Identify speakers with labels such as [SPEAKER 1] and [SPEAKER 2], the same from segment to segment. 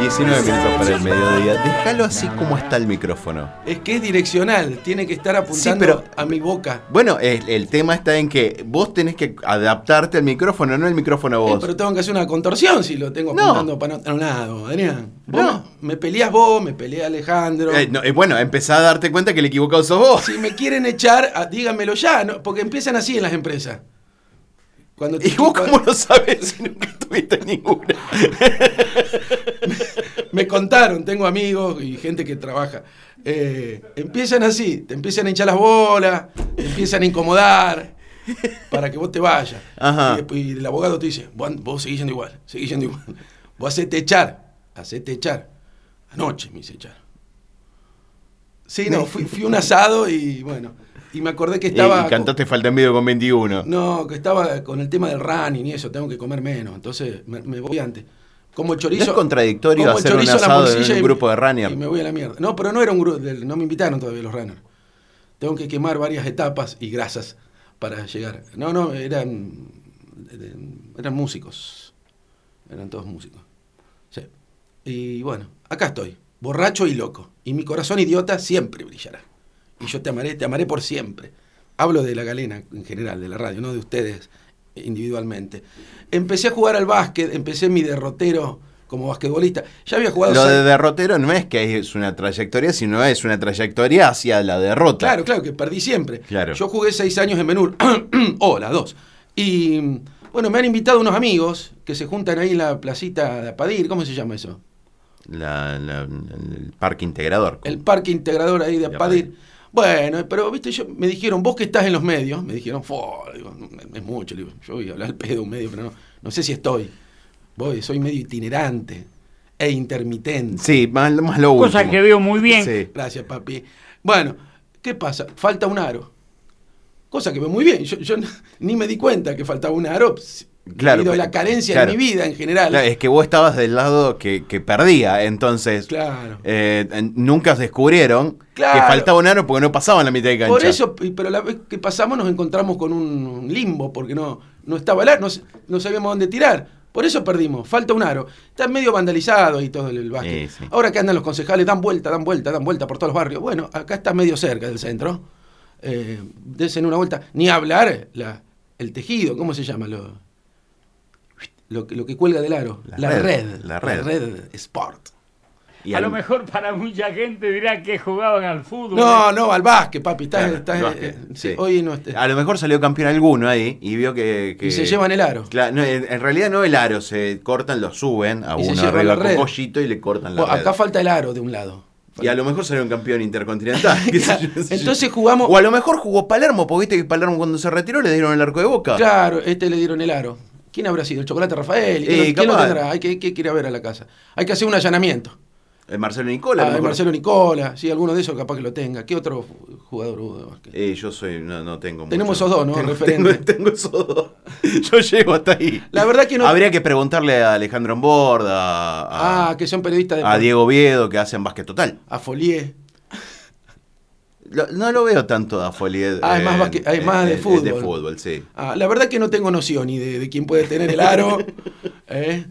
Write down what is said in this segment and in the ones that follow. [SPEAKER 1] 19 minutos para el mediodía. Déjalo así como está el micrófono.
[SPEAKER 2] Es que es direccional, tiene que estar apuntando
[SPEAKER 1] pero-
[SPEAKER 2] a mi boca.
[SPEAKER 1] Bueno, el, el tema está en que vos tenés que adaptarte al micrófono, no el micrófono a
[SPEAKER 2] Eh,
[SPEAKER 1] vos.
[SPEAKER 2] pero tengo que hacer una contorsión si lo tengo
[SPEAKER 1] No.
[SPEAKER 2] apuntando para un lado, Adrián. Vos
[SPEAKER 1] No.
[SPEAKER 2] Me me peleás vos, me pelea Alejandro.
[SPEAKER 1] Eh, no, eh, bueno, empezá a darte cuenta que el equivocado sos vos.
[SPEAKER 2] Si me quieren echar, ah, díganmelo ya, no, porque empiezan así en las empresas. Cuando te-
[SPEAKER 1] ¿Y vos cómo lo sabes si nunca tuviste ninguna?
[SPEAKER 2] Me contaron, tengo amigos y gente que trabaja. Eh, empiezan así, te empiezan a hinchar las bolas, te empiezan a incomodar para que vos te vayas.
[SPEAKER 1] Ajá.
[SPEAKER 2] Y, despu- y el abogado te dice, vos, an- vos seguís yendo igual, seguís yendo igual. Vos hacete echar, hacete echar. Anoche me hice echar. Sí, no, fui, fui a un asado y bueno, y me acordé que
[SPEAKER 1] Y,
[SPEAKER 2] estaba...
[SPEAKER 1] y cantaste Falta en Video con 21.
[SPEAKER 2] No, que estaba con el tema del running y eso, tengo que comer menos, entonces me, me voy antes. Como el chorizo.
[SPEAKER 1] ¿No es contradictorio
[SPEAKER 2] como el
[SPEAKER 1] hacer un
[SPEAKER 2] chorizo a la
[SPEAKER 1] asado en
[SPEAKER 2] morcilla
[SPEAKER 1] un
[SPEAKER 2] y-
[SPEAKER 1] grupo de runner?
[SPEAKER 2] Y me voy a la mierda. No, pero no era un grupo, no me invitaron todavía los runners. Tengo que quemar varias etapas y grasas para llegar. No, no, eran eran músicos. Eran todos músicos. Sí. Y bueno, acá estoy, borracho y loco. Y mi corazón idiota siempre brillará. Y yo te amaré, te amaré por siempre. Hablo de la galena en general, de la radio, no de ustedes individualmente. Empecé a jugar al básquet, empecé mi derrotero como basquetbolista. Ya había jugado...
[SPEAKER 1] Lo
[SPEAKER 2] seis-
[SPEAKER 1] de derrotero no es que es una trayectoria, sino es una trayectoria hacia la derrota.
[SPEAKER 2] Claro, claro, que perdí siempre.
[SPEAKER 1] Claro.
[SPEAKER 2] Yo jugué seis años en Menur. o las dos. Y bueno, me han invitado unos amigos que se juntan ahí en la placita de Apadir. ¿Cómo se llama eso?
[SPEAKER 1] La- la- el parque integrador.
[SPEAKER 2] El parque integrador ahí de
[SPEAKER 1] De
[SPEAKER 2] Apadir.
[SPEAKER 1] Apadir.
[SPEAKER 2] Bueno, pero viste, yo, me dijeron, vos que estás en los medios, me dijeron, "Fo", digo, es mucho, le digo, yo voy a hablar al pedo de un medio, pero no, no sé si estoy. Voy, soy medio itinerante e intermitente.
[SPEAKER 1] Sí, más, más lo último.
[SPEAKER 3] Cosa que veo muy bien.
[SPEAKER 1] Sí.
[SPEAKER 2] Gracias, papi. Bueno, ¿qué pasa? Falta un aro. Cosa que ve muy bien. Yo, yo n- ni me di cuenta que faltaba un aro. s-
[SPEAKER 1] Claro,
[SPEAKER 2] debido a la
[SPEAKER 1] porque-
[SPEAKER 2] carencia
[SPEAKER 1] claro.
[SPEAKER 2] en mi vida en general.
[SPEAKER 1] Claro,
[SPEAKER 2] Claro.
[SPEAKER 1] es que vos estabas del lado que, que perdía, entonces eh, en- nunca descubrieron que
[SPEAKER 2] Claro.
[SPEAKER 1] faltaba un aro porque no pasaban la mitad de cancha.
[SPEAKER 2] Por eso, y- pero la vez que pasamos nos encontramos con un limbo, porque no, no estaba el aro, no, s- no sabíamos dónde tirar. Por eso perdimos, falta un aro. Está medio vandalizado y todo el, el
[SPEAKER 1] Eh,
[SPEAKER 2] básquet.
[SPEAKER 1] sí.
[SPEAKER 2] Ahora que andan los concejales, dan vuelta, dan vuelta, dan vuelta por todos los barrios. Bueno, acá está medio cerca del centro. Eh, desen una vuelta. Ni hablar la- el tejido, ¿cómo se llama? Lo, lo, que- lo que cuelga del aro.
[SPEAKER 1] La
[SPEAKER 2] La,
[SPEAKER 1] red,
[SPEAKER 2] red,
[SPEAKER 1] la red.
[SPEAKER 2] Sport.
[SPEAKER 1] Y
[SPEAKER 3] a
[SPEAKER 1] al-
[SPEAKER 3] lo mejor para mucha gente dirá que jugaban al fútbol.
[SPEAKER 2] No, no, al básquet, papi. Estás,
[SPEAKER 1] Claro,
[SPEAKER 2] estás-
[SPEAKER 1] el básquet,
[SPEAKER 2] eh, sí,
[SPEAKER 1] sí.
[SPEAKER 2] Hoy no est-
[SPEAKER 1] a lo mejor salió campeón alguno ahí y vio que. que-
[SPEAKER 2] Y se llevan el aro.
[SPEAKER 1] Claro, no, en, en realidad no el aro, se cortan, lo suben a
[SPEAKER 2] Y se
[SPEAKER 1] uno
[SPEAKER 2] llevan
[SPEAKER 1] arriba
[SPEAKER 2] la
[SPEAKER 1] con
[SPEAKER 2] red.
[SPEAKER 1] collito y le cortan la
[SPEAKER 2] Bueno,
[SPEAKER 1] red.
[SPEAKER 2] acá falta el aro de un lado.
[SPEAKER 1] Y a lo mejor salió un campeón intercontinental. qué sé yo, qué sé yo.
[SPEAKER 2] Entonces jugamos.
[SPEAKER 1] O a lo mejor jugó Palermo, porque viste que Palermo cuando se retiró le dieron el arco de boca.
[SPEAKER 2] Claro, este le dieron el aro. ¿Quién habrá sido? ¿El chocolate Rafael? ¿Quién,
[SPEAKER 1] Eh,
[SPEAKER 2] lo- quién lo
[SPEAKER 1] capaz.
[SPEAKER 2] tendrá? Hay que, hay que ir a ver a la casa. Hay que hacer un allanamiento.
[SPEAKER 1] El Eh, Marcelo Nicola. a lo
[SPEAKER 2] Ah, el
[SPEAKER 1] mejor.
[SPEAKER 2] Marcelo Nicola, sí, alguno de esos capaz que lo tenga. ¿Qué otro jugador hubo de básquet?
[SPEAKER 1] Eh, yo soy, no, no tengo mucho.
[SPEAKER 2] Tenemos esos dos, ¿no?
[SPEAKER 1] Tengo,
[SPEAKER 2] Referente.
[SPEAKER 1] tengo- tengo esos dos. Yo llego hasta ahí.
[SPEAKER 2] La verdad que no.
[SPEAKER 1] Habría que preguntarle a Alejandro Embord, a, a,
[SPEAKER 2] Ah, que son periodistas de.
[SPEAKER 1] a Diego Viedo, que hacen básquet total.
[SPEAKER 2] A Folie.
[SPEAKER 1] Lo- no lo veo tanto a eh, Folied.
[SPEAKER 2] Ah, es más basque- ah, es más de
[SPEAKER 1] eh, De
[SPEAKER 2] fútbol.
[SPEAKER 1] fútbol, sí.
[SPEAKER 2] Ah, la verdad que no tengo noción ni de, de quién puede tener el aro. ¿eh?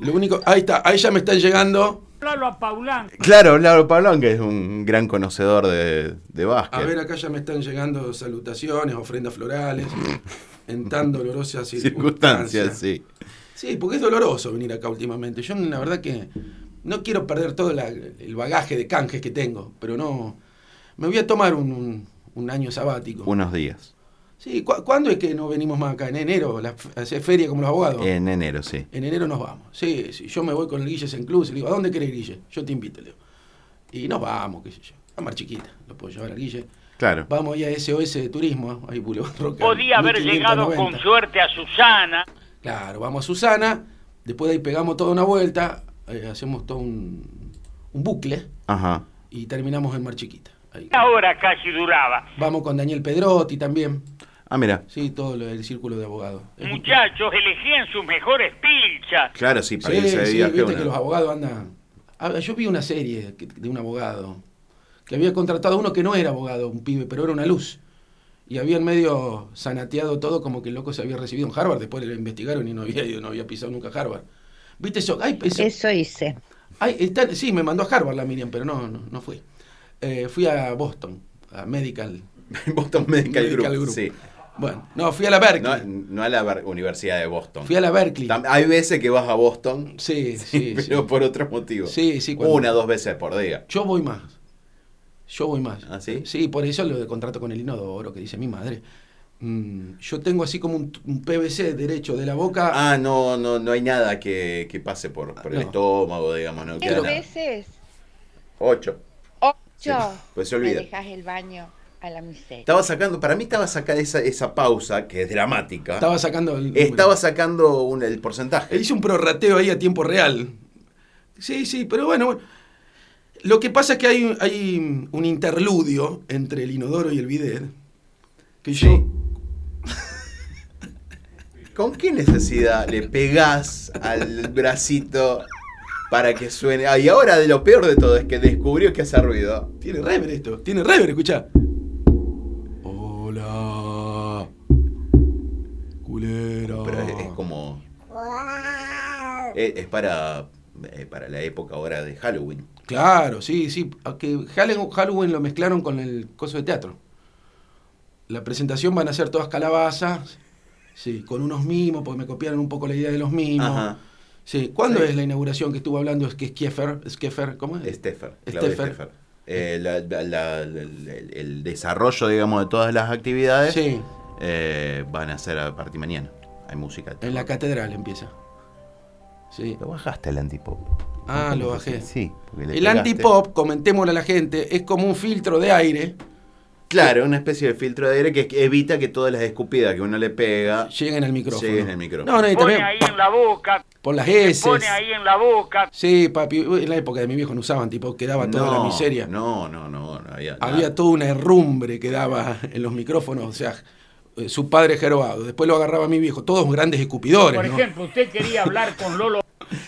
[SPEAKER 2] Lo único. Ahí está, ahí ya me están llegando.
[SPEAKER 3] Hablarlo a Paulán.
[SPEAKER 1] Claro, Lauro Pablón, que es un gran conocedor de, de básquet.
[SPEAKER 2] A ver, acá ya me están llegando salutaciones, ofrendas florales, en tan dolorosas
[SPEAKER 1] circunstancias,
[SPEAKER 2] circunstancias.
[SPEAKER 1] sí.
[SPEAKER 2] Sí, porque es doloroso venir acá últimamente. Yo la verdad que no quiero perder todo la- el bagaje de canjes que tengo, pero no... Me voy a tomar un, un- un año sabático.
[SPEAKER 1] Unos días.
[SPEAKER 2] Sí, ¿cu- ¿cuándo es que no venimos más acá? ¿En enero? La, ¿Hace feria como los abogados?
[SPEAKER 1] En enero, sí.
[SPEAKER 2] En enero nos vamos. Sí, sí, yo me voy con el Guille en Club. Le digo, ¿a dónde querés Guille? Yo te invito, le digo. Y nos vamos, qué sé yo. A Mar Chiquita, lo puedo llevar al Guille.
[SPEAKER 1] Claro.
[SPEAKER 2] Vamos ahí a SOS de turismo, ¿eh? ahí Boulevard Roca.
[SPEAKER 4] Podía haber llegado
[SPEAKER 2] 1590.
[SPEAKER 4] con suerte a Susana.
[SPEAKER 2] Claro, vamos a Susana, después de ahí pegamos toda una vuelta, eh, hacemos todo un, un bucle
[SPEAKER 1] Ajá.
[SPEAKER 2] y terminamos en Mar Chiquita. Ahí.
[SPEAKER 4] Una hora casi duraba.
[SPEAKER 2] Vamos con Daniel Pedrotti también,
[SPEAKER 1] Ah, mira.
[SPEAKER 2] sí, todo lo del círculo de abogados. Es un-
[SPEAKER 4] Muchachos, elegían sus mejores pilchas.
[SPEAKER 1] Claro, sí, para
[SPEAKER 2] Sí,
[SPEAKER 1] irse de
[SPEAKER 2] sí,
[SPEAKER 1] viaje
[SPEAKER 2] viste
[SPEAKER 1] uno.
[SPEAKER 2] que los abogados andan... Ah, Yo vi una serie que- de un abogado que había contratado a uno que no era abogado, un pibe, pero era una luz. Y habían medio sanateado todo como que el loco se había recibido en Harvard, después lo investigaron y no había ido, no había pisado nunca Harvard. ¿Viste eso? Ay, eso-
[SPEAKER 5] Eso hice.
[SPEAKER 2] Ay, está- sí, me mandó a Harvard la Miriam, pero no, no, no fui. Eh, fui a Boston, a Medical.
[SPEAKER 1] Boston Medical,
[SPEAKER 2] Medical
[SPEAKER 1] Group.
[SPEAKER 2] Group.
[SPEAKER 1] Sí.
[SPEAKER 2] Bueno, no, fui a la Berkeley.
[SPEAKER 1] No, no a la ver- Universidad de Boston.
[SPEAKER 2] Fui a la Berkeley.
[SPEAKER 1] Tam- Hay veces que vas a Boston,
[SPEAKER 2] Sí, sí, sí.
[SPEAKER 1] pero por otros motivos.
[SPEAKER 2] Sí, sí, cuando-
[SPEAKER 1] Una, dos veces por día.
[SPEAKER 2] Yo voy más. Yo voy más.
[SPEAKER 1] ¿Ah, sí?
[SPEAKER 2] Sí, por eso lo de contrato con el inodoro que dice mi madre. Mm, yo tengo así como un, un PVC derecho de la boca.
[SPEAKER 1] Ah, no, no, no hay nada que, que pase por, por el
[SPEAKER 2] No.
[SPEAKER 1] estómago, digamos, no queda
[SPEAKER 5] ¿Tres
[SPEAKER 1] nada.
[SPEAKER 5] veces?
[SPEAKER 1] Ocho.
[SPEAKER 5] Ocho.
[SPEAKER 1] Sí, pues se
[SPEAKER 5] me
[SPEAKER 1] olvida.
[SPEAKER 5] dejas el baño a la miseria.
[SPEAKER 1] Estaba sacando, para mí estaba sacando esa, esa pausa, que es dramática.
[SPEAKER 2] estaba sacando el. número. E
[SPEAKER 1] estaba sacando un- el porcentaje.
[SPEAKER 2] Hice un prorrateo ahí a tiempo real. Sí, sí, pero bueno. bueno. Lo que pasa es que hay, hay un interludio entre el inodoro y el bidet. Que yo.
[SPEAKER 1] Sí. ¿Con qué necesidad le pegás al bracito para que suene? Ah, y ahora de lo peor de todo es que descubrió que hace ruido.
[SPEAKER 2] Tiene rever esto, tiene rever, escucha. Hola. Culero.
[SPEAKER 1] Pero es, es como. Es, es para, eh, para la época ahora de Halloween.
[SPEAKER 2] Claro, sí, sí. a Que Halloween, Halloween lo mezclaron con el coso de teatro. La presentación van a ser todas calabazas, sí, con unos mimos, porque me copiaron un poco la idea de los mimos.
[SPEAKER 1] Ajá.
[SPEAKER 2] Sí, ¿cuándo
[SPEAKER 1] Sí.
[SPEAKER 2] es la inauguración que estuvo hablando? Es que es Kiefer, es Kiefer, ¿cómo es?
[SPEAKER 1] Steffer. Claudio
[SPEAKER 2] Steffer.
[SPEAKER 1] Steffer. Eh, la- la- la- la- el, el desarrollo, digamos, de todas las actividades
[SPEAKER 2] Sí,
[SPEAKER 1] eh, van a ser a partir de mañana. Hay música.
[SPEAKER 2] en la catedral empieza. Sí.
[SPEAKER 1] Lo bajaste el antipop.
[SPEAKER 2] Ah, lo bajé.
[SPEAKER 1] Sí. porque le
[SPEAKER 2] El
[SPEAKER 1] pegaste.
[SPEAKER 2] antipop, comentémoslo a la gente, es como un filtro de aire,
[SPEAKER 1] Claro, una especie de filtro de aire que evita que todas las escupidas que uno le pega
[SPEAKER 2] lleguen al micrófono.
[SPEAKER 1] lleguen al micrófono.
[SPEAKER 2] No, no, y
[SPEAKER 4] Pone
[SPEAKER 2] también
[SPEAKER 4] ahí en la boca,
[SPEAKER 2] por las S.
[SPEAKER 4] pone ahí en la boca.
[SPEAKER 2] Sí, papi, en la época de mi viejo no usaban tipo, quedaba toda la miseria.
[SPEAKER 1] No, no, no, no había. nada.
[SPEAKER 2] Había toda una herrumbre que daba en los micrófonos, o sea, eh, su padre jorobado. Después lo agarraba mi viejo, todos grandes escupidores.
[SPEAKER 3] Por
[SPEAKER 2] ¿no?
[SPEAKER 3] ejemplo, usted quería hablar con Lolo.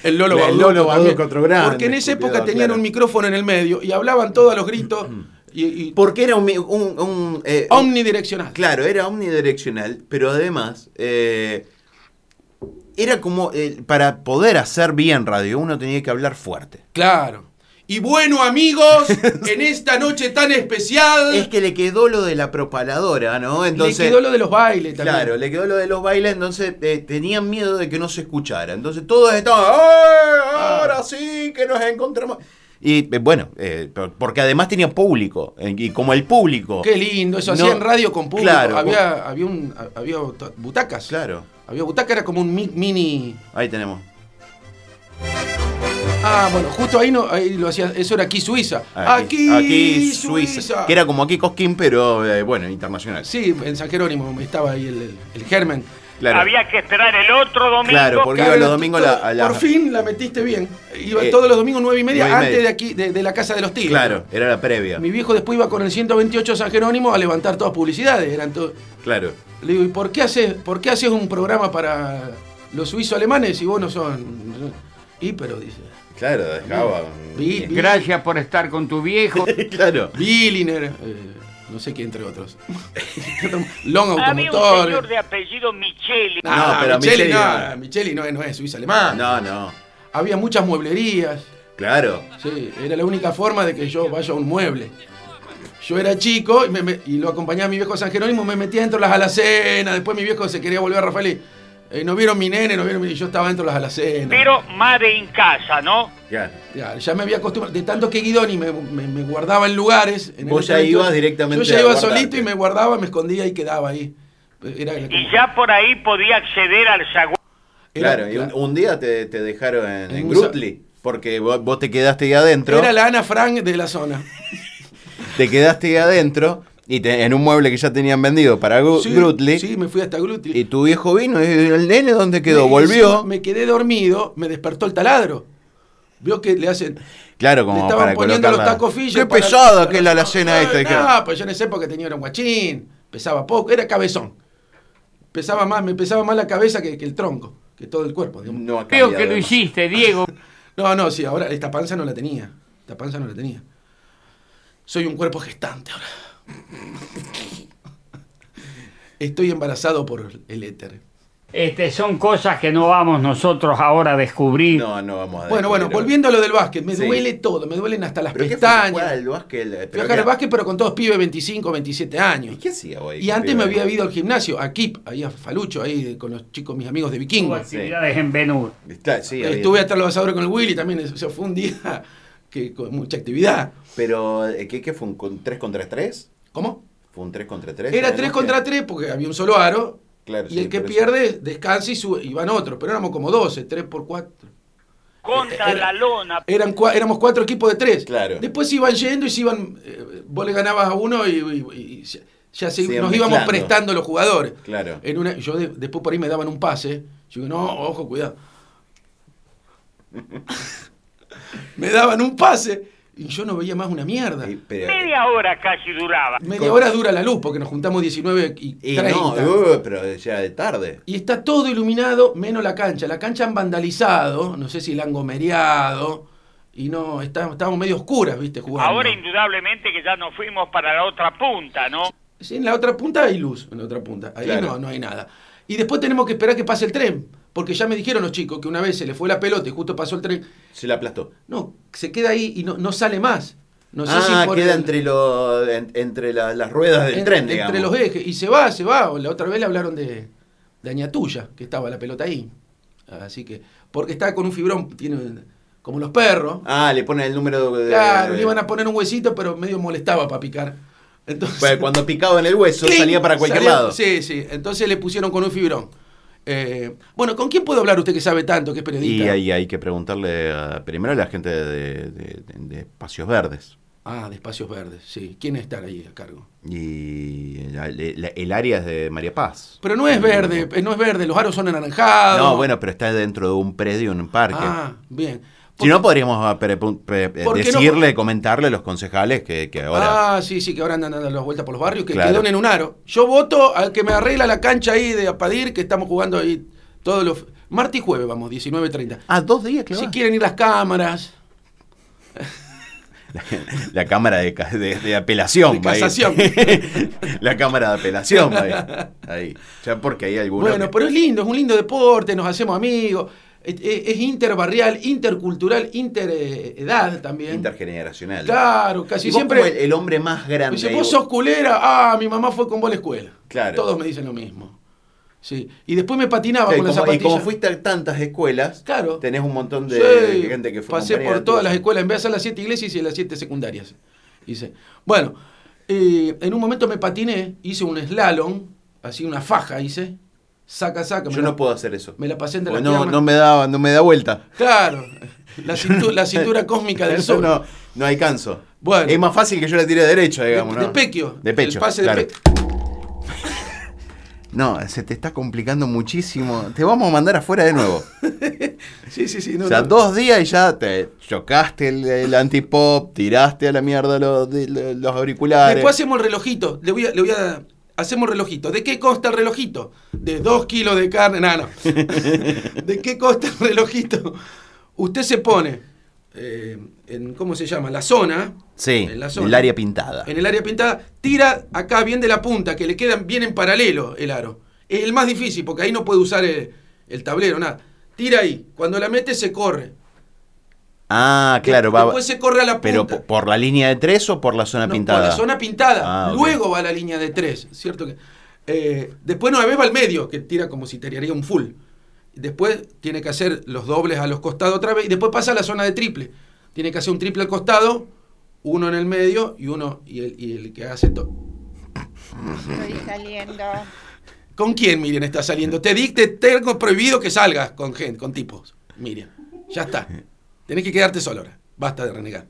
[SPEAKER 2] El Lolo
[SPEAKER 1] El
[SPEAKER 2] Bauducco.
[SPEAKER 1] Lolo
[SPEAKER 2] también.
[SPEAKER 1] Bauducco, otro grande
[SPEAKER 2] Porque en esa época
[SPEAKER 1] escupidor,
[SPEAKER 2] tenían
[SPEAKER 1] claro. Mm.
[SPEAKER 2] un micrófono en el medio y hablaban todos a los gritos y, y-
[SPEAKER 1] Porque era un. mi- un- un, eh, un-
[SPEAKER 2] omnidireccional.
[SPEAKER 1] claro, era omnidireccional, pero además. eh, era como. eh, para poder hacer bien radio, uno tenía que hablar fuerte.
[SPEAKER 2] Claro. Y bueno, amigos, en esta noche tan especial,
[SPEAKER 1] Es que le quedó lo de la propaladora, ¿no? Entonces.
[SPEAKER 2] le quedó lo de los bailes también.
[SPEAKER 1] Claro, le quedó lo de los bailes, entonces eh, tenían miedo de que no se escuchara. Entonces todos estaban, "¡Ay,
[SPEAKER 2] Ah.
[SPEAKER 1] ahora sí que nos encontramos! Y eh, bueno, eh, por- porque además tenía público, eh, y como el público...
[SPEAKER 2] Qué lindo, eso
[SPEAKER 1] No,
[SPEAKER 2] hacían radio con público.
[SPEAKER 1] claro.
[SPEAKER 2] había, había, un, había butacas.
[SPEAKER 1] Claro,
[SPEAKER 2] Había butaca, era como un mi- mini.
[SPEAKER 1] ahí tenemos.
[SPEAKER 2] Ah, bueno, justo ahí no, ahí lo hacía, eso era aquí Suiza.
[SPEAKER 1] Ah,
[SPEAKER 2] Aquí,
[SPEAKER 1] aquí
[SPEAKER 2] Suiza.
[SPEAKER 1] Que era como aquí Cosquín, pero eh, bueno, internacional.
[SPEAKER 2] Sí, en San Jerónimo estaba ahí el, el- el germen.
[SPEAKER 1] Claro,
[SPEAKER 4] Había que esperar el otro domingo.
[SPEAKER 1] Claro, porque- iba los domingos a la- a la-
[SPEAKER 2] Por fin la metiste bien. Iba
[SPEAKER 1] Eh,
[SPEAKER 2] todos los domingos nueve y media
[SPEAKER 1] nueve y
[SPEAKER 2] antes
[SPEAKER 1] media.
[SPEAKER 2] de aquí, de, de la casa de los tíos.
[SPEAKER 1] claro, era la previa.
[SPEAKER 2] Mi viejo después iba con el 128 a San Jerónimo a levantar todas publicidades. Eran to-
[SPEAKER 1] Claro.
[SPEAKER 2] Le digo, ¿y por qué haces, por qué haces un programa para los suizos alemanes si vos no son? Y pero dice.
[SPEAKER 1] Claro, dejaba.
[SPEAKER 2] Vi- vi-
[SPEAKER 3] Gracias por estar con tu viejo.
[SPEAKER 1] claro.
[SPEAKER 2] Billiner, eh, no sé qué entre otros. Long
[SPEAKER 4] Había un señor
[SPEAKER 2] Automotor.
[SPEAKER 4] de apellido Micheli.
[SPEAKER 1] No, pero
[SPEAKER 2] Micheli,
[SPEAKER 1] Micheli
[SPEAKER 2] no,
[SPEAKER 1] no.
[SPEAKER 2] Micheli no es, no es suiza alemán.
[SPEAKER 1] No, no.
[SPEAKER 2] Había muchas mueblerías.
[SPEAKER 1] Claro.
[SPEAKER 2] Sí, era la única forma de que yo vaya a un mueble. Yo era chico y, me- me- y lo acompañaba a mi viejo a San Jerónimo, me metía dentro de las alacenas. Después mi viejo se quería volver a Rafael y eh, no vieron mi nene, no vieron mi Yo estaba dentro de las alacenas.
[SPEAKER 4] Pero madre en casa, ¿no?
[SPEAKER 1] Claro.
[SPEAKER 2] Ya, ya me había acostumbrado. De tanto que Guidoni me, me- me guardaba en lugares. En el
[SPEAKER 1] Vos ya
[SPEAKER 2] restaurante,
[SPEAKER 1] ibas directamente
[SPEAKER 2] Yo ya
[SPEAKER 1] a
[SPEAKER 2] iba
[SPEAKER 1] guardarte.
[SPEAKER 2] solito y me guardaba, me escondía y quedaba ahí. Era, era
[SPEAKER 4] Y
[SPEAKER 2] como-
[SPEAKER 4] ya por ahí podía acceder al zaguán.
[SPEAKER 2] era-
[SPEAKER 1] claro, y un, un día te, te dejaron en,
[SPEAKER 2] En
[SPEAKER 1] en
[SPEAKER 2] un
[SPEAKER 1] Grutli, porque vos, vos te quedaste ahí adentro,
[SPEAKER 2] era la Ana Frank de la zona.
[SPEAKER 1] te quedaste ahí adentro, y te- en un mueble que ya tenían vendido para Gru-
[SPEAKER 2] Sí,
[SPEAKER 1] Grutli,
[SPEAKER 2] Sí, me fui hasta Grutli.
[SPEAKER 1] y tu viejo vino, y el nene dónde quedó,
[SPEAKER 2] Me-
[SPEAKER 1] volvió,
[SPEAKER 2] encima Me quedé dormido, me despertó el taladro. Vio que le hacen.
[SPEAKER 1] claro,
[SPEAKER 2] le
[SPEAKER 1] como
[SPEAKER 2] estaban
[SPEAKER 1] para
[SPEAKER 2] poniendo los
[SPEAKER 1] colocarla.
[SPEAKER 2] tacos fillos
[SPEAKER 1] Qué
[SPEAKER 2] para-
[SPEAKER 1] pesada
[SPEAKER 2] para-
[SPEAKER 1] que es la alacena
[SPEAKER 2] Ay,
[SPEAKER 1] esta, dijeron.
[SPEAKER 2] No, pues yo en esa época tenía era un guachín, pesaba poco, era cabezón. Pesaba más, me pesaba más la cabeza que, que el tronco, que todo el cuerpo. digamos.
[SPEAKER 1] No ha cambiado
[SPEAKER 3] Creo que lo
[SPEAKER 1] demasiado.
[SPEAKER 3] hiciste, Diego.
[SPEAKER 2] No, no, sí, ahora esta panza no la tenía. Esta panza no la tenía. Soy un cuerpo gestante ahora. Estoy embarazado por el éter.
[SPEAKER 3] Este, son cosas que no vamos nosotros ahora a descubrir.
[SPEAKER 1] No, no vamos a
[SPEAKER 2] Bueno, bueno,
[SPEAKER 1] pero-
[SPEAKER 2] volviendo a lo del básquet, me
[SPEAKER 1] Sí.
[SPEAKER 2] duele todo, me duelen hasta las
[SPEAKER 1] ¿Pero qué fue? ¿Fue
[SPEAKER 2] pestañas.
[SPEAKER 1] al básquet? Pero
[SPEAKER 2] Fui a
[SPEAKER 1] que-
[SPEAKER 2] jugar al básquet, pero con todos pibes 25, 27 años.
[SPEAKER 1] ¿Y qué hacía hoy?
[SPEAKER 2] Y antes me había ido al gimnasio, a Kip, ahí a Falucho, ahí con los chicos, mis amigos de
[SPEAKER 3] Hubo
[SPEAKER 2] Vikingo.
[SPEAKER 4] Oh,
[SPEAKER 3] actividades en Benur.
[SPEAKER 1] Está- sí, había-
[SPEAKER 2] Estuve hasta los asadores con el Willy también, o sea, fue un día que, con mucha actividad.
[SPEAKER 1] Pero, eh, ¿qué, qué fue? ¿Un con- 3 contra 3?
[SPEAKER 2] ¿Cómo?
[SPEAKER 1] ¿Fue un 3 contra 3?
[SPEAKER 2] Era 3 contra 3 porque había un solo aro.
[SPEAKER 1] Claro,
[SPEAKER 2] y
[SPEAKER 1] sí,
[SPEAKER 2] el que
[SPEAKER 1] por eso.
[SPEAKER 2] pierde descansa y, sube, y van otros, pero éramos como 12, 3 por 4.
[SPEAKER 1] Este,
[SPEAKER 4] Contra
[SPEAKER 2] Era-
[SPEAKER 4] la lona.
[SPEAKER 2] Eran, cua- éramos cuatro equipos de tres.
[SPEAKER 1] Claro.
[SPEAKER 2] Después se iban yendo y se iban. eh, vos le ganabas a uno y, y- y ya- ya se-
[SPEAKER 1] Se iban
[SPEAKER 2] nos íbamos
[SPEAKER 1] mezclando.
[SPEAKER 2] prestando los jugadores.
[SPEAKER 1] Claro.
[SPEAKER 2] En una, yo de- después por ahí me daban un pase. Yo digo, no, ojo, cuidado. me daban un pase y yo no veía más una mierda.
[SPEAKER 1] Y- pero-
[SPEAKER 4] Media hora casi duraba.
[SPEAKER 2] Media hora dura la luz porque nos juntamos 19 y
[SPEAKER 1] y
[SPEAKER 2] 30.
[SPEAKER 1] no, uh, pero ya de tarde.
[SPEAKER 2] Y está todo iluminado, menos la cancha. La cancha han vandalizado, no sé si la han gomereado, y no, está, estábamos medio oscuras, viste, jugando.
[SPEAKER 4] Ahora indudablemente que ya nos fuimos para la otra punta, ¿no?
[SPEAKER 2] Sí, en la otra punta hay luz, en la otra punta. Ahí
[SPEAKER 1] Claro.
[SPEAKER 2] no, no hay nada. Y después tenemos que esperar que pase el tren, porque ya me dijeron los chicos que una vez se le fue la pelota y justo pasó el tren.
[SPEAKER 1] Se la aplastó.
[SPEAKER 2] No, se queda ahí y no, no sale más. No sé
[SPEAKER 1] ah,
[SPEAKER 2] si por
[SPEAKER 1] queda
[SPEAKER 2] el-
[SPEAKER 1] entre, los en- entre la- las ruedas del
[SPEAKER 2] en-
[SPEAKER 1] tren,
[SPEAKER 2] entre
[SPEAKER 1] digamos.
[SPEAKER 2] los ejes. Y se va, se va. La otra vez le hablaron de, de Añatuya, que estaba la pelota ahí. Así que, porque está con un fibrón, tiene como los perros.
[SPEAKER 1] Ah, le ponen el número de...
[SPEAKER 2] Claro, le iban a poner un huesito, pero medio molestaba para picar. Entonces,
[SPEAKER 1] Pues cuando picaba en el hueso
[SPEAKER 2] ¡cling!
[SPEAKER 1] salía para cualquier
[SPEAKER 2] Salía-
[SPEAKER 1] lado.
[SPEAKER 2] Sí, sí. Entonces le pusieron con un fibrón. Eh, bueno, ¿con quién puedo hablar usted que sabe tanto, que es periodista?
[SPEAKER 1] Y ahí hay que preguntarle a- primero a la gente de, de- de Espacios Verdes
[SPEAKER 2] Ah, de Espacios Verdes, sí. ¿Quién está ahí a cargo?
[SPEAKER 1] y la- la- el área es de María Paz.
[SPEAKER 2] Pero no es verde, eh, no es verde. Los aros son anaranjados.
[SPEAKER 1] No, bueno, pero está dentro de un predio, en un parque.
[SPEAKER 2] Ah, bien.
[SPEAKER 1] si no, podríamos ah, pre- pre-
[SPEAKER 2] ¿Por qué no?
[SPEAKER 1] decirle, comentarle a los concejales que, que ahora...
[SPEAKER 2] Ah, sí, sí, que ahora andan dando las vueltas por los barrios, que
[SPEAKER 1] Claro.
[SPEAKER 2] quedó en un aro. Yo voto al que me arregla la cancha ahí de Apadir, que estamos jugando ahí todos los... Martes y jueves, vamos, 19.30.
[SPEAKER 1] Ah, dos días,
[SPEAKER 2] Si
[SPEAKER 1] claro.
[SPEAKER 2] quieren ir las cámaras,
[SPEAKER 1] La, la cámara de, ca- de- de apelación.
[SPEAKER 2] De
[SPEAKER 1] va a ir.
[SPEAKER 2] casación.
[SPEAKER 1] la cámara de apelación. va a ir. Ahí. Ya porque hay algunos...
[SPEAKER 2] Bueno, pero es lindo, es un lindo deporte, nos hacemos amigos. Es, es- es interbarrial, intercultural, interedad también.
[SPEAKER 1] intergeneracional.
[SPEAKER 2] Claro,
[SPEAKER 1] Y
[SPEAKER 2] casi
[SPEAKER 1] vos
[SPEAKER 2] siempre.
[SPEAKER 1] como el, el hombre más
[SPEAKER 2] me
[SPEAKER 1] grande.
[SPEAKER 2] dice,
[SPEAKER 1] ahí,
[SPEAKER 2] vos sos culera, ah, mi mamá fue con vos a la escuela.
[SPEAKER 1] Claro.
[SPEAKER 2] Todos me dicen lo mismo. Sí. Y después me patinaba
[SPEAKER 1] Sí,
[SPEAKER 2] con las
[SPEAKER 1] como- y
[SPEAKER 2] zapatillas.
[SPEAKER 1] como fuiste a tantas escuelas,
[SPEAKER 2] Claro.
[SPEAKER 1] tenés un montón de
[SPEAKER 2] Sí,
[SPEAKER 1] gente que fue
[SPEAKER 2] pasé
[SPEAKER 1] compañera
[SPEAKER 2] por todas
[SPEAKER 1] tuya.
[SPEAKER 2] las escuelas, en vez de hacer las siete iglesias hice las siete secundarias. Hice. Bueno, eh, en un momento me patiné, hice un slalom, así una faja hice, saca, saca. me
[SPEAKER 1] Yo
[SPEAKER 2] la-
[SPEAKER 1] no puedo hacer eso.
[SPEAKER 2] Me la pasé entre
[SPEAKER 1] Porque
[SPEAKER 2] las
[SPEAKER 1] no,
[SPEAKER 2] piernas.
[SPEAKER 1] no me da, no me da vuelta.
[SPEAKER 2] Claro, la cintura, la cintura cósmica del
[SPEAKER 1] Eso
[SPEAKER 2] sol.
[SPEAKER 1] no, no alcanzo.
[SPEAKER 2] Bueno.
[SPEAKER 1] Es más fácil que yo la tire derecha,
[SPEAKER 2] de,
[SPEAKER 1] digamos,
[SPEAKER 2] de
[SPEAKER 1] ¿no?
[SPEAKER 2] pequio.
[SPEAKER 1] De pecho.
[SPEAKER 2] El pase
[SPEAKER 1] claro.
[SPEAKER 2] de pequio.
[SPEAKER 1] No, se te está complicando muchísimo. Te vamos a mandar afuera de nuevo.
[SPEAKER 2] Sí, sí, sí. no,
[SPEAKER 1] o sea,
[SPEAKER 2] no.
[SPEAKER 1] dos días y ya te chocaste el, el antipop, tiraste a la mierda los, de- los auriculares.
[SPEAKER 2] Después hacemos el relojito. Le voy a, le voy a- Hacemos relojito. ¿De qué consta el relojito? De dos kilos de carne. No, no. ¿De qué consta el relojito? Usted se pone eh, en, ¿cómo se llama? La zona.
[SPEAKER 1] Sí,
[SPEAKER 2] en la zona.
[SPEAKER 1] el área pintada.
[SPEAKER 2] En el área pintada. Tira acá bien de la punta, que le quedan bien en paralelo el aro. Es el más difícil, porque ahí no puede usar el, el tablero, nada. Tira ahí. Cuando la mete, se corre.
[SPEAKER 1] Ah, claro, va.
[SPEAKER 2] Después se corre a la
[SPEAKER 1] Pero
[SPEAKER 2] punta.
[SPEAKER 1] po- por la línea de tres o por la zona
[SPEAKER 2] No,
[SPEAKER 1] pintada.
[SPEAKER 2] Por la zona pintada.
[SPEAKER 1] Ah, ok.
[SPEAKER 2] Luego va la línea de tres, ¿cierto? Que, eh, después una vez va al medio, que tira como si tiraría un full. Después tiene que hacer los dobles a los costados otra vez y después pasa a la zona de triple. Tiene que hacer un triple al costado, uno en el medio y uno y el, y el que hace todo.
[SPEAKER 5] Estoy saliendo.
[SPEAKER 2] ¿Con quién, Miriam, está saliendo? Te dicte, tengo prohibido que salgas con gente, con tipos. Miriam, ya está. Tenés que quedarte solo ahora. Basta de renegar.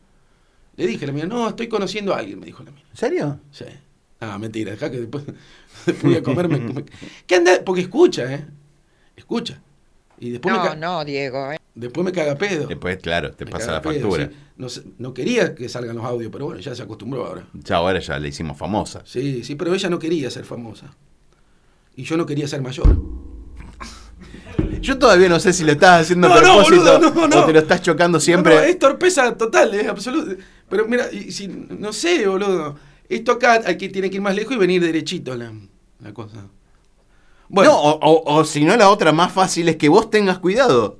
[SPEAKER 2] Le dije a la mía, no, estoy conociendo a alguien, me dijo la mía.
[SPEAKER 1] ¿En serio?
[SPEAKER 2] Sí. Ah, mentira, dejá que después, después voy a comerme. ¿Qué anda? Porque escucha, ¿eh? Escucha. Y después, me,
[SPEAKER 5] No,
[SPEAKER 2] ca-
[SPEAKER 5] no, Diego. eh.
[SPEAKER 2] después me caga pedo.
[SPEAKER 1] Después, claro, te
[SPEAKER 2] Me
[SPEAKER 1] pasa
[SPEAKER 2] caga
[SPEAKER 1] la
[SPEAKER 2] pedo,
[SPEAKER 1] factura.
[SPEAKER 2] sí. No, sé- no quería que salgan los audios, pero bueno, ya se acostumbró ahora.
[SPEAKER 1] Ya ahora ya le hicimos famosa.
[SPEAKER 2] Sí, sí, pero ella no quería ser famosa. Y yo no quería ser mayor.
[SPEAKER 1] Yo todavía no sé si lo estás haciendo a
[SPEAKER 2] No, no,
[SPEAKER 1] propósito
[SPEAKER 2] boludo, no, no.
[SPEAKER 1] o te lo estás chocando siempre.
[SPEAKER 2] No, no, es torpeza total, es absoluta. Pero mira, y si, no sé, boludo. Esto acá hay que, tiene que ir más lejos y venir derechito la, la cosa. Bueno,
[SPEAKER 1] No, o, o- o si no, la otra más fácil es que vos tengas cuidado.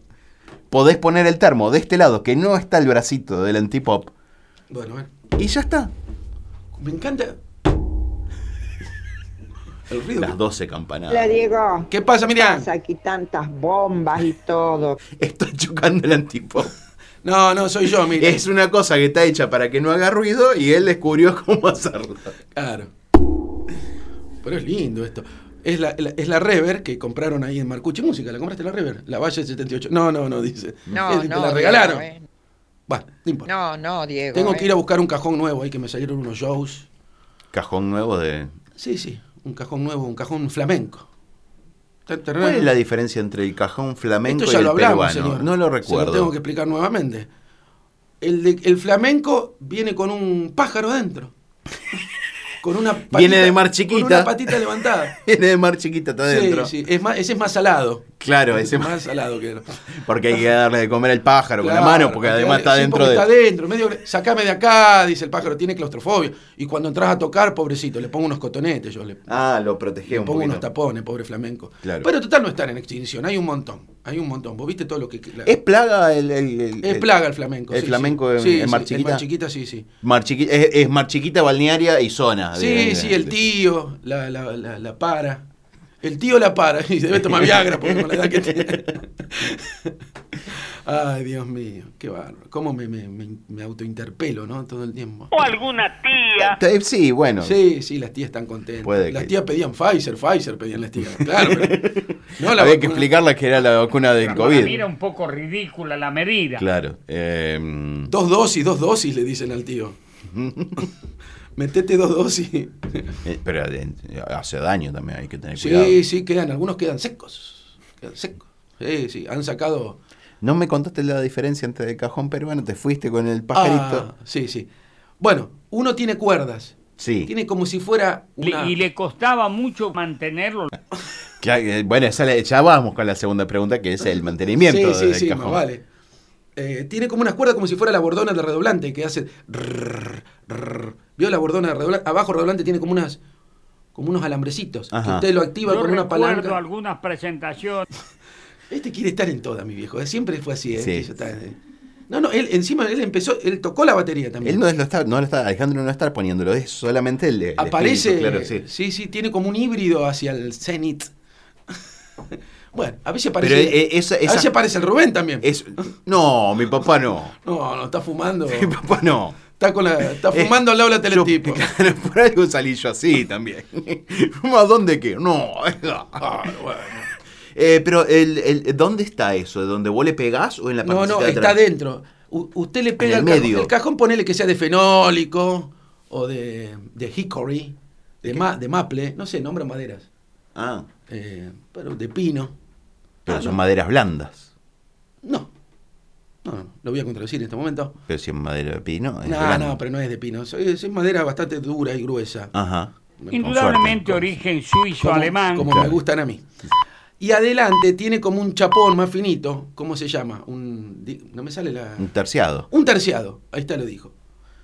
[SPEAKER 1] Podés poner el termo de este lado, que no está el bracito del antipop,
[SPEAKER 2] bueno, bueno.
[SPEAKER 1] y ya está.
[SPEAKER 2] Me encanta. El ruido.
[SPEAKER 1] Las
[SPEAKER 2] que-
[SPEAKER 1] 12 campanadas.
[SPEAKER 5] Hola, Diego.
[SPEAKER 2] ¿Qué pasa, Miriam?
[SPEAKER 5] Pasa aquí tantas bombas y todo.
[SPEAKER 1] Está chocando el antipop.
[SPEAKER 2] No, no, soy yo, Miriam.
[SPEAKER 1] Es una cosa que está hecha para que no haga ruido y él descubrió cómo hacerlo.
[SPEAKER 2] Claro. Pero es lindo esto. Es la, la- es la Rever que compraron ahí en Marcuche Música. ¿La compraste la Rever? La Valle 78. No, no, no, dice.
[SPEAKER 5] No,
[SPEAKER 2] Es-
[SPEAKER 5] no.
[SPEAKER 2] Te la
[SPEAKER 5] Diego,
[SPEAKER 2] regalaron.
[SPEAKER 5] eh.
[SPEAKER 2] Va, no importa.
[SPEAKER 5] No, no, Diego.
[SPEAKER 2] Tengo
[SPEAKER 5] eh.
[SPEAKER 2] que ir a buscar un cajón nuevo ahí que me salieron unos shows.
[SPEAKER 1] Cajón nuevo de.
[SPEAKER 2] Sí, sí, un cajón nuevo, un cajón flamenco. Tan, tan,
[SPEAKER 1] ¿Cuál es
[SPEAKER 2] tan.
[SPEAKER 1] la diferencia entre el cajón flamenco
[SPEAKER 2] Esto
[SPEAKER 1] y
[SPEAKER 2] ya
[SPEAKER 1] el
[SPEAKER 2] lo hablamos,
[SPEAKER 1] peruano?
[SPEAKER 2] señor.
[SPEAKER 1] No lo
[SPEAKER 2] Se
[SPEAKER 1] recuerdo.
[SPEAKER 2] tengo que explicar nuevamente. El, de- el flamenco viene con un pájaro dentro. Con una patita,
[SPEAKER 1] Viene de mar
[SPEAKER 2] Con una
[SPEAKER 1] chiquita.
[SPEAKER 2] patita levantada.
[SPEAKER 1] Viene de mar chiquita, está
[SPEAKER 2] Sí,
[SPEAKER 1] adentro.
[SPEAKER 2] sí, es más, ese es más salado.
[SPEAKER 1] Claro, ese
[SPEAKER 2] es más salado que el-
[SPEAKER 1] Porque hay que darle de comer al pájaro con
[SPEAKER 2] Claro, eh,
[SPEAKER 1] la mano, porque además está
[SPEAKER 2] sí,
[SPEAKER 1] dentro
[SPEAKER 2] porque
[SPEAKER 1] de.
[SPEAKER 2] Está dentro, medio, sacame de acá, dice el pájaro, tiene claustrofobia. Y cuando entras a tocar, pobrecito, le pongo unos cotonetes, yo le,
[SPEAKER 1] Ah, lo protege
[SPEAKER 2] Le
[SPEAKER 1] un
[SPEAKER 2] pongo
[SPEAKER 1] poquito.
[SPEAKER 2] unos tapones, pobre flamenco.
[SPEAKER 1] Claro.
[SPEAKER 2] Pero total no están en extinción, hay un montón, hay un montón. Vos viste todo lo que... la-
[SPEAKER 1] ¿Es plaga el, el- el-
[SPEAKER 2] es
[SPEAKER 1] el-
[SPEAKER 2] plaga el flamenco.
[SPEAKER 1] el
[SPEAKER 2] sí,
[SPEAKER 1] flamenco
[SPEAKER 2] sí.
[SPEAKER 1] en-
[SPEAKER 2] Sí,
[SPEAKER 1] en Mar
[SPEAKER 2] sí,
[SPEAKER 1] Chiquita?
[SPEAKER 2] Mar Chiquita, sí, sí.
[SPEAKER 1] Mar chiquita, es, es mar chiquita, balnearia y zona.
[SPEAKER 2] Sí,
[SPEAKER 1] de- de-
[SPEAKER 2] sí, el
[SPEAKER 1] de-
[SPEAKER 2] tío, la, la- la- la para. El tío la para y debe tomar Viagra porque con la edad que tiene. Ay, Dios mío, qué bárbaro. ¿Cómo me, me, me- me autointerpelo, no? Todo el tiempo.
[SPEAKER 4] O alguna tía.
[SPEAKER 1] Te- Sí, bueno.
[SPEAKER 2] Sí, sí, las tías están contentas.
[SPEAKER 1] Puede
[SPEAKER 2] las
[SPEAKER 1] que-
[SPEAKER 2] tías pedían Pfizer, Pfizer pedían las tías. Claro, pero- no la
[SPEAKER 1] Había que
[SPEAKER 2] vacuna-
[SPEAKER 1] explicarles que era la vacuna del
[SPEAKER 3] Para mí
[SPEAKER 1] COVID.
[SPEAKER 3] era un poco ridícula la medida.
[SPEAKER 1] Claro. eh,
[SPEAKER 2] Dos dosis, dos dosis, le dicen al tío. Metete dos dosis.
[SPEAKER 1] eh, pero eh, hace daño también, hay que tener cuidado.
[SPEAKER 2] Sí, sí, quedan, algunos quedan secos. Quedan secos. Sí, sí, han sacado.
[SPEAKER 1] No me contaste la diferencia entre el cajón peruano, te fuiste con el
[SPEAKER 2] Ah,
[SPEAKER 1] pajarito.
[SPEAKER 2] sí, sí. Bueno, uno tiene cuerdas.
[SPEAKER 1] Sí.
[SPEAKER 2] Tiene como si fuera una.
[SPEAKER 3] Le- y le costaba mucho mantenerlo.
[SPEAKER 1] Claro, eh, bueno, esa la- ya vamos con la segunda pregunta, que es el mantenimiento
[SPEAKER 2] sí, sí,
[SPEAKER 1] del
[SPEAKER 2] sí,
[SPEAKER 1] cajón.
[SPEAKER 2] más vale. Eh, tiene como unas cuerdas como si fuera la bordona de redoblante que hace. rrr, rrr. ¿Vio la bordona de redoblante? Abajo redoblante tiene como unas. como unos alambrecitos. que
[SPEAKER 1] Ajá.
[SPEAKER 2] usted lo activa
[SPEAKER 3] Yo
[SPEAKER 2] con una
[SPEAKER 3] recuerdo
[SPEAKER 2] palanca.
[SPEAKER 3] algunas presentaciones.
[SPEAKER 2] Este quiere estar en toda, mi viejo. eh, Siempre fue así. eh,
[SPEAKER 1] Sí.
[SPEAKER 2] que yo estaba, eh. No, no, él encima, él empezó, él tocó la batería también.
[SPEAKER 1] Él no es- lo está, no lo está, Alejandro no está poniéndolo, es solamente el, el espíritu,
[SPEAKER 2] Aparece,
[SPEAKER 1] claro, sí.
[SPEAKER 2] sí. sí, tiene como un híbrido hacia el cenit. bueno, a veces aparece,
[SPEAKER 1] Pero eh, esa-
[SPEAKER 2] a
[SPEAKER 1] esa-
[SPEAKER 2] veces aparece el Rubén también.
[SPEAKER 1] es- no, mi papá no.
[SPEAKER 2] No, no, está fumando.
[SPEAKER 1] Mi papá no.
[SPEAKER 2] Está, con la, está
[SPEAKER 1] Eh,
[SPEAKER 2] fumando al lado de la
[SPEAKER 1] Yo-
[SPEAKER 2] teletipo.
[SPEAKER 1] claro, por algo salí yo así también. ¿A dónde qué? No.
[SPEAKER 2] Ah, bueno.
[SPEAKER 1] Eh, pero el, el- ¿dónde está eso? ¿Dónde vos le pegás o en la
[SPEAKER 2] No,
[SPEAKER 1] partecita
[SPEAKER 2] no,
[SPEAKER 1] de
[SPEAKER 2] está
[SPEAKER 1] atrás?
[SPEAKER 2] dentro. U- usted le pega
[SPEAKER 1] En
[SPEAKER 2] el,
[SPEAKER 1] el
[SPEAKER 2] medio.
[SPEAKER 1] medio.
[SPEAKER 2] Cajón, el cajón, ponele que sea de fenólico o de, de hickory, de, ma- de maple, no sé, nombra maderas.
[SPEAKER 1] Ah,
[SPEAKER 2] Eh, pero de pino.
[SPEAKER 1] pero
[SPEAKER 2] Ah,
[SPEAKER 1] son
[SPEAKER 2] no.
[SPEAKER 1] maderas blandas.
[SPEAKER 2] No. No, no, lo voy a contradecir en este momento.
[SPEAKER 1] Pero si es madera de pino. es
[SPEAKER 2] No,
[SPEAKER 1] blanda.
[SPEAKER 2] no, pero no es de pino. Es, es madera bastante dura y gruesa.
[SPEAKER 1] Ajá.
[SPEAKER 3] Indudablemente
[SPEAKER 1] con-
[SPEAKER 3] origen suizo-alemán.
[SPEAKER 2] Como
[SPEAKER 1] Claro.
[SPEAKER 2] me gustan a mí. Y adelante tiene como un chapón más finito. ¿Cómo se llama? Un, di- no me sale la...
[SPEAKER 1] Un terciado.
[SPEAKER 2] Un terciado. Ahí está, lo dijo.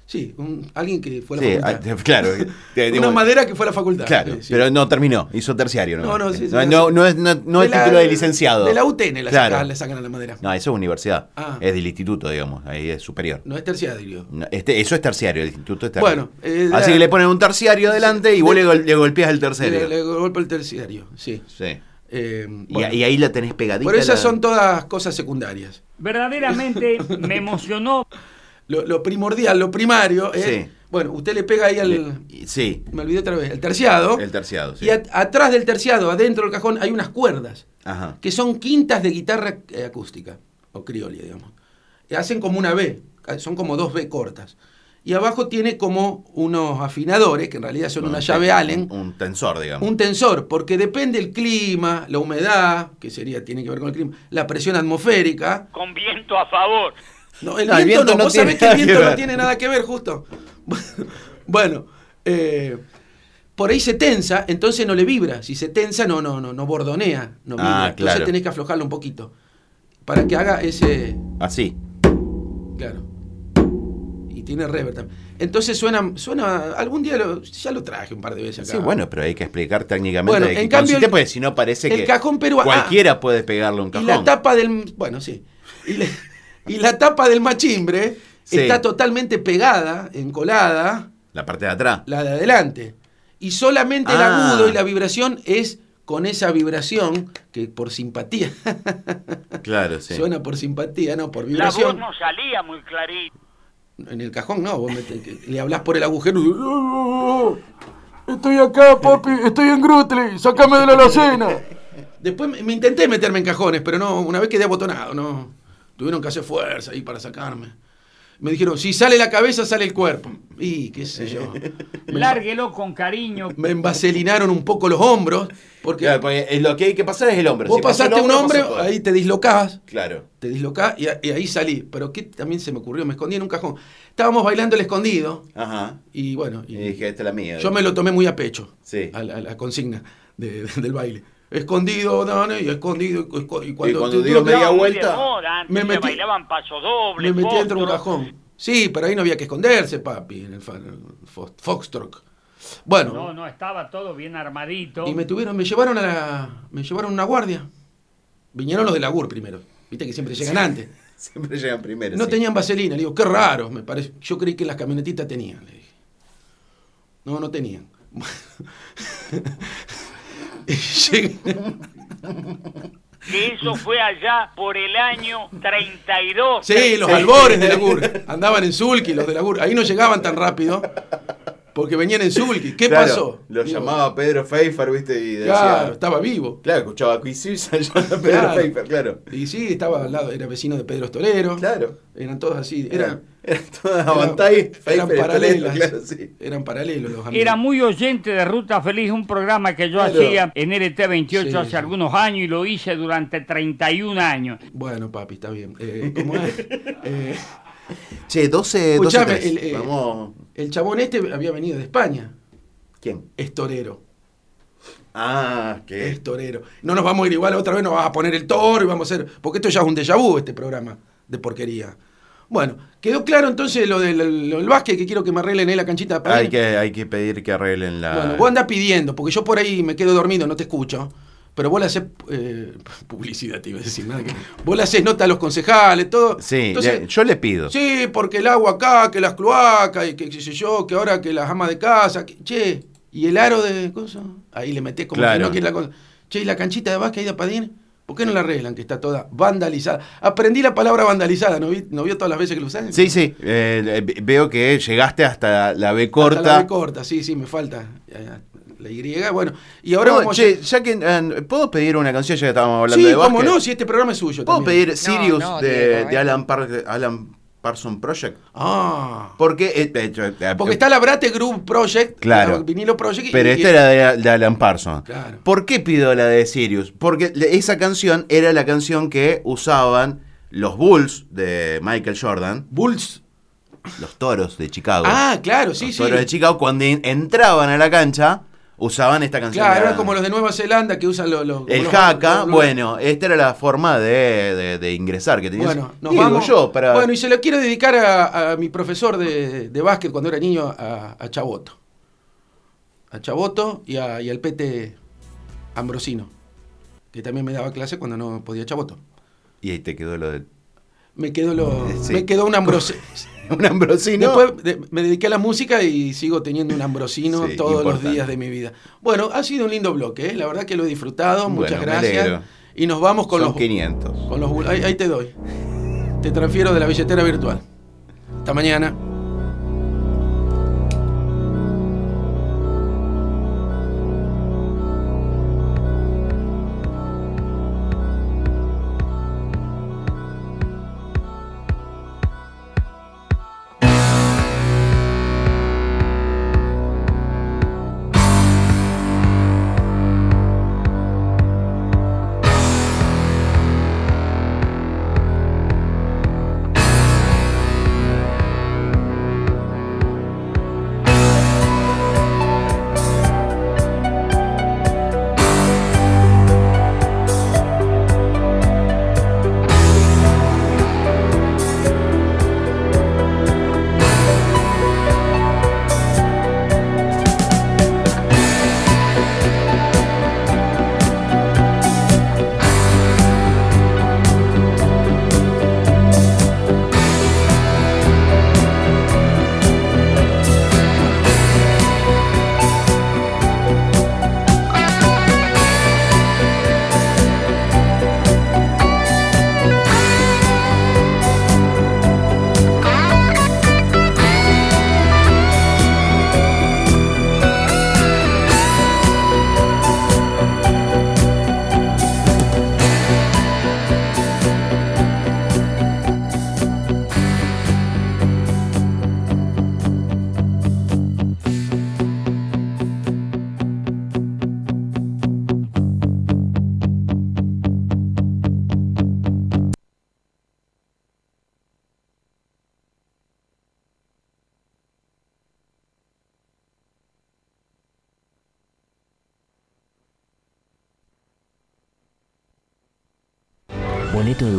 [SPEAKER 2] Sí, un- alguien que fue a la
[SPEAKER 1] Sí,
[SPEAKER 2] facultad.
[SPEAKER 1] ah, claro. Te- te-
[SPEAKER 2] Una
[SPEAKER 1] bueno,
[SPEAKER 2] madera que fue a la facultad.
[SPEAKER 1] Claro,
[SPEAKER 2] Sí, sí.
[SPEAKER 1] pero no terminó, hizo terciario. nomás.
[SPEAKER 2] No, no, sí, sí,
[SPEAKER 1] no,
[SPEAKER 2] sí.
[SPEAKER 1] no, no es, no, no
[SPEAKER 2] De
[SPEAKER 1] es
[SPEAKER 2] la-
[SPEAKER 1] título de licenciado.
[SPEAKER 2] De la UTN la
[SPEAKER 1] Claro.
[SPEAKER 2] sacan, le sacan a la madera.
[SPEAKER 1] No, eso es universidad.
[SPEAKER 2] Ah.
[SPEAKER 1] Es del instituto, digamos. Ahí es superior.
[SPEAKER 2] No es terciario.
[SPEAKER 1] No, este- eso es terciario, el instituto es terciario.
[SPEAKER 2] Bueno, eh,
[SPEAKER 1] Así
[SPEAKER 2] la-
[SPEAKER 1] que le ponen un terciario adelante y vos
[SPEAKER 2] de-
[SPEAKER 1] le, gol- le golpeas el
[SPEAKER 2] Le,
[SPEAKER 1] terciario.
[SPEAKER 2] le golpe el terciario, sí.
[SPEAKER 1] Sí.
[SPEAKER 2] Eh,
[SPEAKER 1] Y,
[SPEAKER 2] bueno.
[SPEAKER 1] y ahí la tenés pegadita.
[SPEAKER 2] Por esas
[SPEAKER 1] la-
[SPEAKER 2] son todas cosas secundarias.
[SPEAKER 3] Verdaderamente me emocionó
[SPEAKER 2] Lo, lo primordial, lo primario es.
[SPEAKER 1] Sí.
[SPEAKER 2] Bueno, usted le pega ahí al.
[SPEAKER 1] Y- Sí,
[SPEAKER 2] Me olvidé otra vez, el terciado.
[SPEAKER 1] el terciado. sí.
[SPEAKER 2] Y at- atrás del terciado, adentro del cajón, hay unas cuerdas
[SPEAKER 1] Ajá.
[SPEAKER 2] que son quintas de guitarra eh, acústica o criolla, digamos. Y Hacen como una B, eh, son como dos B cortas. Y abajo tiene como unos afinadores, que en realidad son una
[SPEAKER 1] Un-
[SPEAKER 2] llave Allen,
[SPEAKER 1] Un, un tensor, digamos.
[SPEAKER 2] un tensor, porque depende el clima, la humedad, que sería, tiene que ver con el clima, la presión atmosférica,
[SPEAKER 4] Con viento a favor.
[SPEAKER 2] No, el
[SPEAKER 1] No,
[SPEAKER 2] viento,
[SPEAKER 1] el viento
[SPEAKER 2] no,
[SPEAKER 1] no
[SPEAKER 2] vos
[SPEAKER 1] tiene
[SPEAKER 2] sabés que el
[SPEAKER 1] nada
[SPEAKER 2] viento
[SPEAKER 1] que
[SPEAKER 2] no
[SPEAKER 1] ver.
[SPEAKER 2] tiene nada que ver, justo. Bueno, eh, por ahí se tensa, entonces no le vibra. Si se tensa, no, no, no, no bordonea, no vibra.
[SPEAKER 1] Ah,
[SPEAKER 2] Entonces
[SPEAKER 1] claro.
[SPEAKER 2] tenés que aflojarlo un poquito. Para que haga ese.
[SPEAKER 1] Así.
[SPEAKER 2] Claro. Y tiene reverb también. Entonces suena, suena algún día lo- ya lo traje un par de veces acá.
[SPEAKER 1] Sí, bueno, pero hay que explicar técnicamente
[SPEAKER 2] Bueno,
[SPEAKER 1] de qué
[SPEAKER 2] en cambio,
[SPEAKER 1] consiste,
[SPEAKER 2] el-
[SPEAKER 1] porque si no parece
[SPEAKER 2] el
[SPEAKER 1] que
[SPEAKER 2] cajón peruano- ah.
[SPEAKER 1] cualquiera puede pegarle un
[SPEAKER 2] Y
[SPEAKER 1] cajón.
[SPEAKER 2] la tapa del. Bueno, sí. Y la, y la tapa del machimbre
[SPEAKER 1] Sí.
[SPEAKER 2] está totalmente pegada, encolada,
[SPEAKER 1] La parte de atrás.
[SPEAKER 2] la de adelante. Y solamente el
[SPEAKER 1] Ah.
[SPEAKER 2] agudo y la vibración es con esa vibración que por simpatía.
[SPEAKER 1] Claro, sí.
[SPEAKER 2] Suena por simpatía, no, por
[SPEAKER 4] La voz
[SPEAKER 2] vibración.
[SPEAKER 4] no salía muy clarita.
[SPEAKER 2] En el cajón no, vos metés que- le hablás por el agujero. y- Estoy acá, papi, estoy en Grutli, sacame de la alacena. Después me, me intenté meterme en cajones, pero no, una vez quedé abotonado, no. Tuvieron que hacer fuerza ahí para sacarme. Me dijeron, si sale la cabeza, sale el cuerpo. Y qué sé yo. Me,
[SPEAKER 3] Lárguelo con cariño.
[SPEAKER 2] me envaselinaron un poco los hombros, porque
[SPEAKER 1] Claro, porque, eh, lo que hay que pasar es el hombro.
[SPEAKER 2] vos
[SPEAKER 1] Si pasó el
[SPEAKER 2] pasaste un
[SPEAKER 1] hombro,
[SPEAKER 2] hombre,
[SPEAKER 1] pasó todo.
[SPEAKER 2] ahí te dislocabas
[SPEAKER 1] Claro.
[SPEAKER 2] te dislocá y, a- y ahí salí. Pero que también se me ocurrió, me escondí en un cajón. Estábamos bailando el escondido
[SPEAKER 1] Ajá.
[SPEAKER 2] y bueno, y
[SPEAKER 1] Y dije, esta es la mía.
[SPEAKER 2] yo me lo tomé muy a pecho
[SPEAKER 1] Sí.
[SPEAKER 2] a, la, a la consigna de- de- del baile. Escondido, Dani, y escondido. y esco- Y
[SPEAKER 1] Y
[SPEAKER 2] cuando,
[SPEAKER 1] cuando
[SPEAKER 2] te-
[SPEAKER 1] dio
[SPEAKER 2] tú-
[SPEAKER 1] media
[SPEAKER 4] Estaba muy
[SPEAKER 1] vuelta,
[SPEAKER 4] de moda, antes
[SPEAKER 2] me
[SPEAKER 4] se
[SPEAKER 2] metí-
[SPEAKER 4] bailaban paso doble.
[SPEAKER 2] me metí dentro de un
[SPEAKER 4] foxtrot.
[SPEAKER 2] cajón. Sí, pero ahí no había que esconderse, papi, en el fa- fo- Foxtrot. Bueno,
[SPEAKER 3] No, no, estaba todo bien armadito.
[SPEAKER 2] y me tuvieron, me llevaron a la, me llevaron a una guardia. Vinieron los de la GUR primero. Viste que siempre llegan antes.
[SPEAKER 1] Siempre llegan primero.
[SPEAKER 2] No
[SPEAKER 1] sí.
[SPEAKER 2] tenían vaselina. Le digo, qué raro, me parece. Yo creí que las camionetitas tenían, le dije. No, no tenían. Y llegué-
[SPEAKER 4] Que eso fue allá por el año 32.
[SPEAKER 2] sí, los albores de la GUR. Andaban en Zulki, los de la GUR. Ahí no llegaban tan rápido porque venían en Zulki. ¿Qué
[SPEAKER 1] Claro,
[SPEAKER 2] pasó?
[SPEAKER 1] Lo
[SPEAKER 2] Digo,
[SPEAKER 1] llamaba Pedro Pfeiffer, ¿viste? Y decía.
[SPEAKER 2] Claro,
[SPEAKER 1] Claro,
[SPEAKER 2] estaba vivo.
[SPEAKER 1] escuchaba Quisis Pedro
[SPEAKER 2] Claro.
[SPEAKER 1] Pfeiffer, claro.
[SPEAKER 2] Y sí, estaba al lado, era vecino de Pedro Estolero.
[SPEAKER 1] Claro.
[SPEAKER 2] Eran todos así.
[SPEAKER 1] Era,
[SPEAKER 2] Eran,
[SPEAKER 1] era toda
[SPEAKER 2] eran-
[SPEAKER 1] Avantay,
[SPEAKER 2] eran
[SPEAKER 1] Pfeiffer, y Toledo,
[SPEAKER 2] paralelas.
[SPEAKER 1] claro, sí.
[SPEAKER 2] Eran paralelos los amigos.
[SPEAKER 3] Era muy oyente de Ruta Feliz, un programa que yo
[SPEAKER 1] Claro.
[SPEAKER 3] hacía en LT28
[SPEAKER 2] Sí.
[SPEAKER 3] hace algunos años y lo hice durante 31 años.
[SPEAKER 2] Bueno, papi, está bien. Eh, ¿Cómo es? Eh,
[SPEAKER 1] Che, 12, 12
[SPEAKER 2] Escuchame,
[SPEAKER 1] 3.
[SPEAKER 2] el, eh,
[SPEAKER 1] Vamos.
[SPEAKER 2] El chabón este había venido de España.
[SPEAKER 1] ¿Quién?
[SPEAKER 2] Es torero.
[SPEAKER 1] Ah, que
[SPEAKER 2] Es torero. No nos vamos a ir igual otra vez, nos vas a poner el toro y vamos a hacer. Porque esto ya es un déjà vu, este programa de porquería. Bueno, quedó claro entonces lo del, lo del básquet que quiero que me arreglen ahí la canchita de
[SPEAKER 1] Hay
[SPEAKER 2] pádel.
[SPEAKER 1] que, hay que pedir que arreglen la.
[SPEAKER 2] Bueno, vos andás pidiendo, porque yo por ahí me quedo dormido, no te escucho. Pero vos le haces eh, publicidad, te iba a decir nada que- Vos le haces nota a los concejales, todo.
[SPEAKER 1] Sí,
[SPEAKER 2] Entonces,
[SPEAKER 1] le- yo le pido.
[SPEAKER 2] Sí, porque el agua acá, que las cloacas, y que qué sé yo, que ahora que las amas de casa, que- che, y el aro de cosa, ahí le metés como
[SPEAKER 1] Claro.
[SPEAKER 2] que no quiere la cosa. Che, y la canchita de básquet ahí de Apadín, ¿por qué no la arreglan? Que está toda vandalizada. Aprendí la palabra vandalizada, ¿no, vi- no vio todas las veces que lo usan?
[SPEAKER 1] Sí, sí. eh, eh, ve- veo que llegaste hasta la B corta.
[SPEAKER 2] Hasta la B corta, sí, sí, me falta. eh, La Y, bueno, y ahora
[SPEAKER 1] No,
[SPEAKER 2] vamos a-
[SPEAKER 1] che, ya que eh, puedo pedir una canción ya que estábamos hablando
[SPEAKER 2] sí,
[SPEAKER 1] de
[SPEAKER 2] cómo
[SPEAKER 1] básquet?
[SPEAKER 2] no, si este programa es suyo.
[SPEAKER 1] Puedo
[SPEAKER 2] también.
[SPEAKER 1] pedir Sirius
[SPEAKER 5] no,
[SPEAKER 1] de,
[SPEAKER 5] Diego,
[SPEAKER 1] de
[SPEAKER 5] eh.
[SPEAKER 1] Alan, Par- Alan Parson Project.
[SPEAKER 2] Ah.
[SPEAKER 1] Porque, eh, eh, yo- eh,
[SPEAKER 2] Porque está la Brate Group Project,
[SPEAKER 1] Claro.
[SPEAKER 2] la Vinilo Project. y-
[SPEAKER 1] pero
[SPEAKER 2] y-
[SPEAKER 1] esta era de, de Alan Parson.
[SPEAKER 2] Claro.
[SPEAKER 1] ¿Por qué pido la de Sirius? Porque le- esa canción era la canción que usaban los Bulls de Michael Jordan,
[SPEAKER 2] Bulls.
[SPEAKER 1] los toros de Chicago.
[SPEAKER 2] Ah, claro, sí,
[SPEAKER 1] los
[SPEAKER 2] sí.
[SPEAKER 1] toros de Chicago, cuando en- entraban a la cancha, usaban esta canción.
[SPEAKER 2] Claro,
[SPEAKER 1] de
[SPEAKER 2] era
[SPEAKER 1] Alan.
[SPEAKER 2] como los de Nueva Zelanda que usan los. los-
[SPEAKER 1] El
[SPEAKER 2] los-
[SPEAKER 1] jaca,
[SPEAKER 2] los-
[SPEAKER 1] bueno, esta era la forma de, de- de ingresar que tenías.
[SPEAKER 2] Bueno, nos
[SPEAKER 1] Digo
[SPEAKER 2] vamos.
[SPEAKER 1] yo, para.
[SPEAKER 2] Bueno, y se lo quiero dedicar a, a mi profesor de, de básquet cuando era niño, a, a Chaboto. A Chaboto y, a- y al Pete Ambrosino, que también me daba clase cuando no podía Chaboto.
[SPEAKER 1] Y ahí te quedó lo de.
[SPEAKER 2] Me quedó, lo,
[SPEAKER 1] Eh, Sí.
[SPEAKER 2] me quedó un ambrosino.
[SPEAKER 1] Un ambrosino.
[SPEAKER 2] Después de- me dediqué a la música y sigo teniendo un ambrosino
[SPEAKER 1] Sí,
[SPEAKER 2] todos
[SPEAKER 1] importante.
[SPEAKER 2] los días de mi vida. Bueno, ha sido un lindo bloque, ¿eh? la verdad que lo he disfrutado, muchas
[SPEAKER 1] Bueno, me
[SPEAKER 2] gracias.
[SPEAKER 1] alegro.
[SPEAKER 2] Y nos vamos con
[SPEAKER 1] Son
[SPEAKER 2] los
[SPEAKER 1] 500.
[SPEAKER 2] Con los bul- ahí, ahí te doy. Te transfiero de la billetera virtual. Hasta mañana.
[SPEAKER 6] boleto de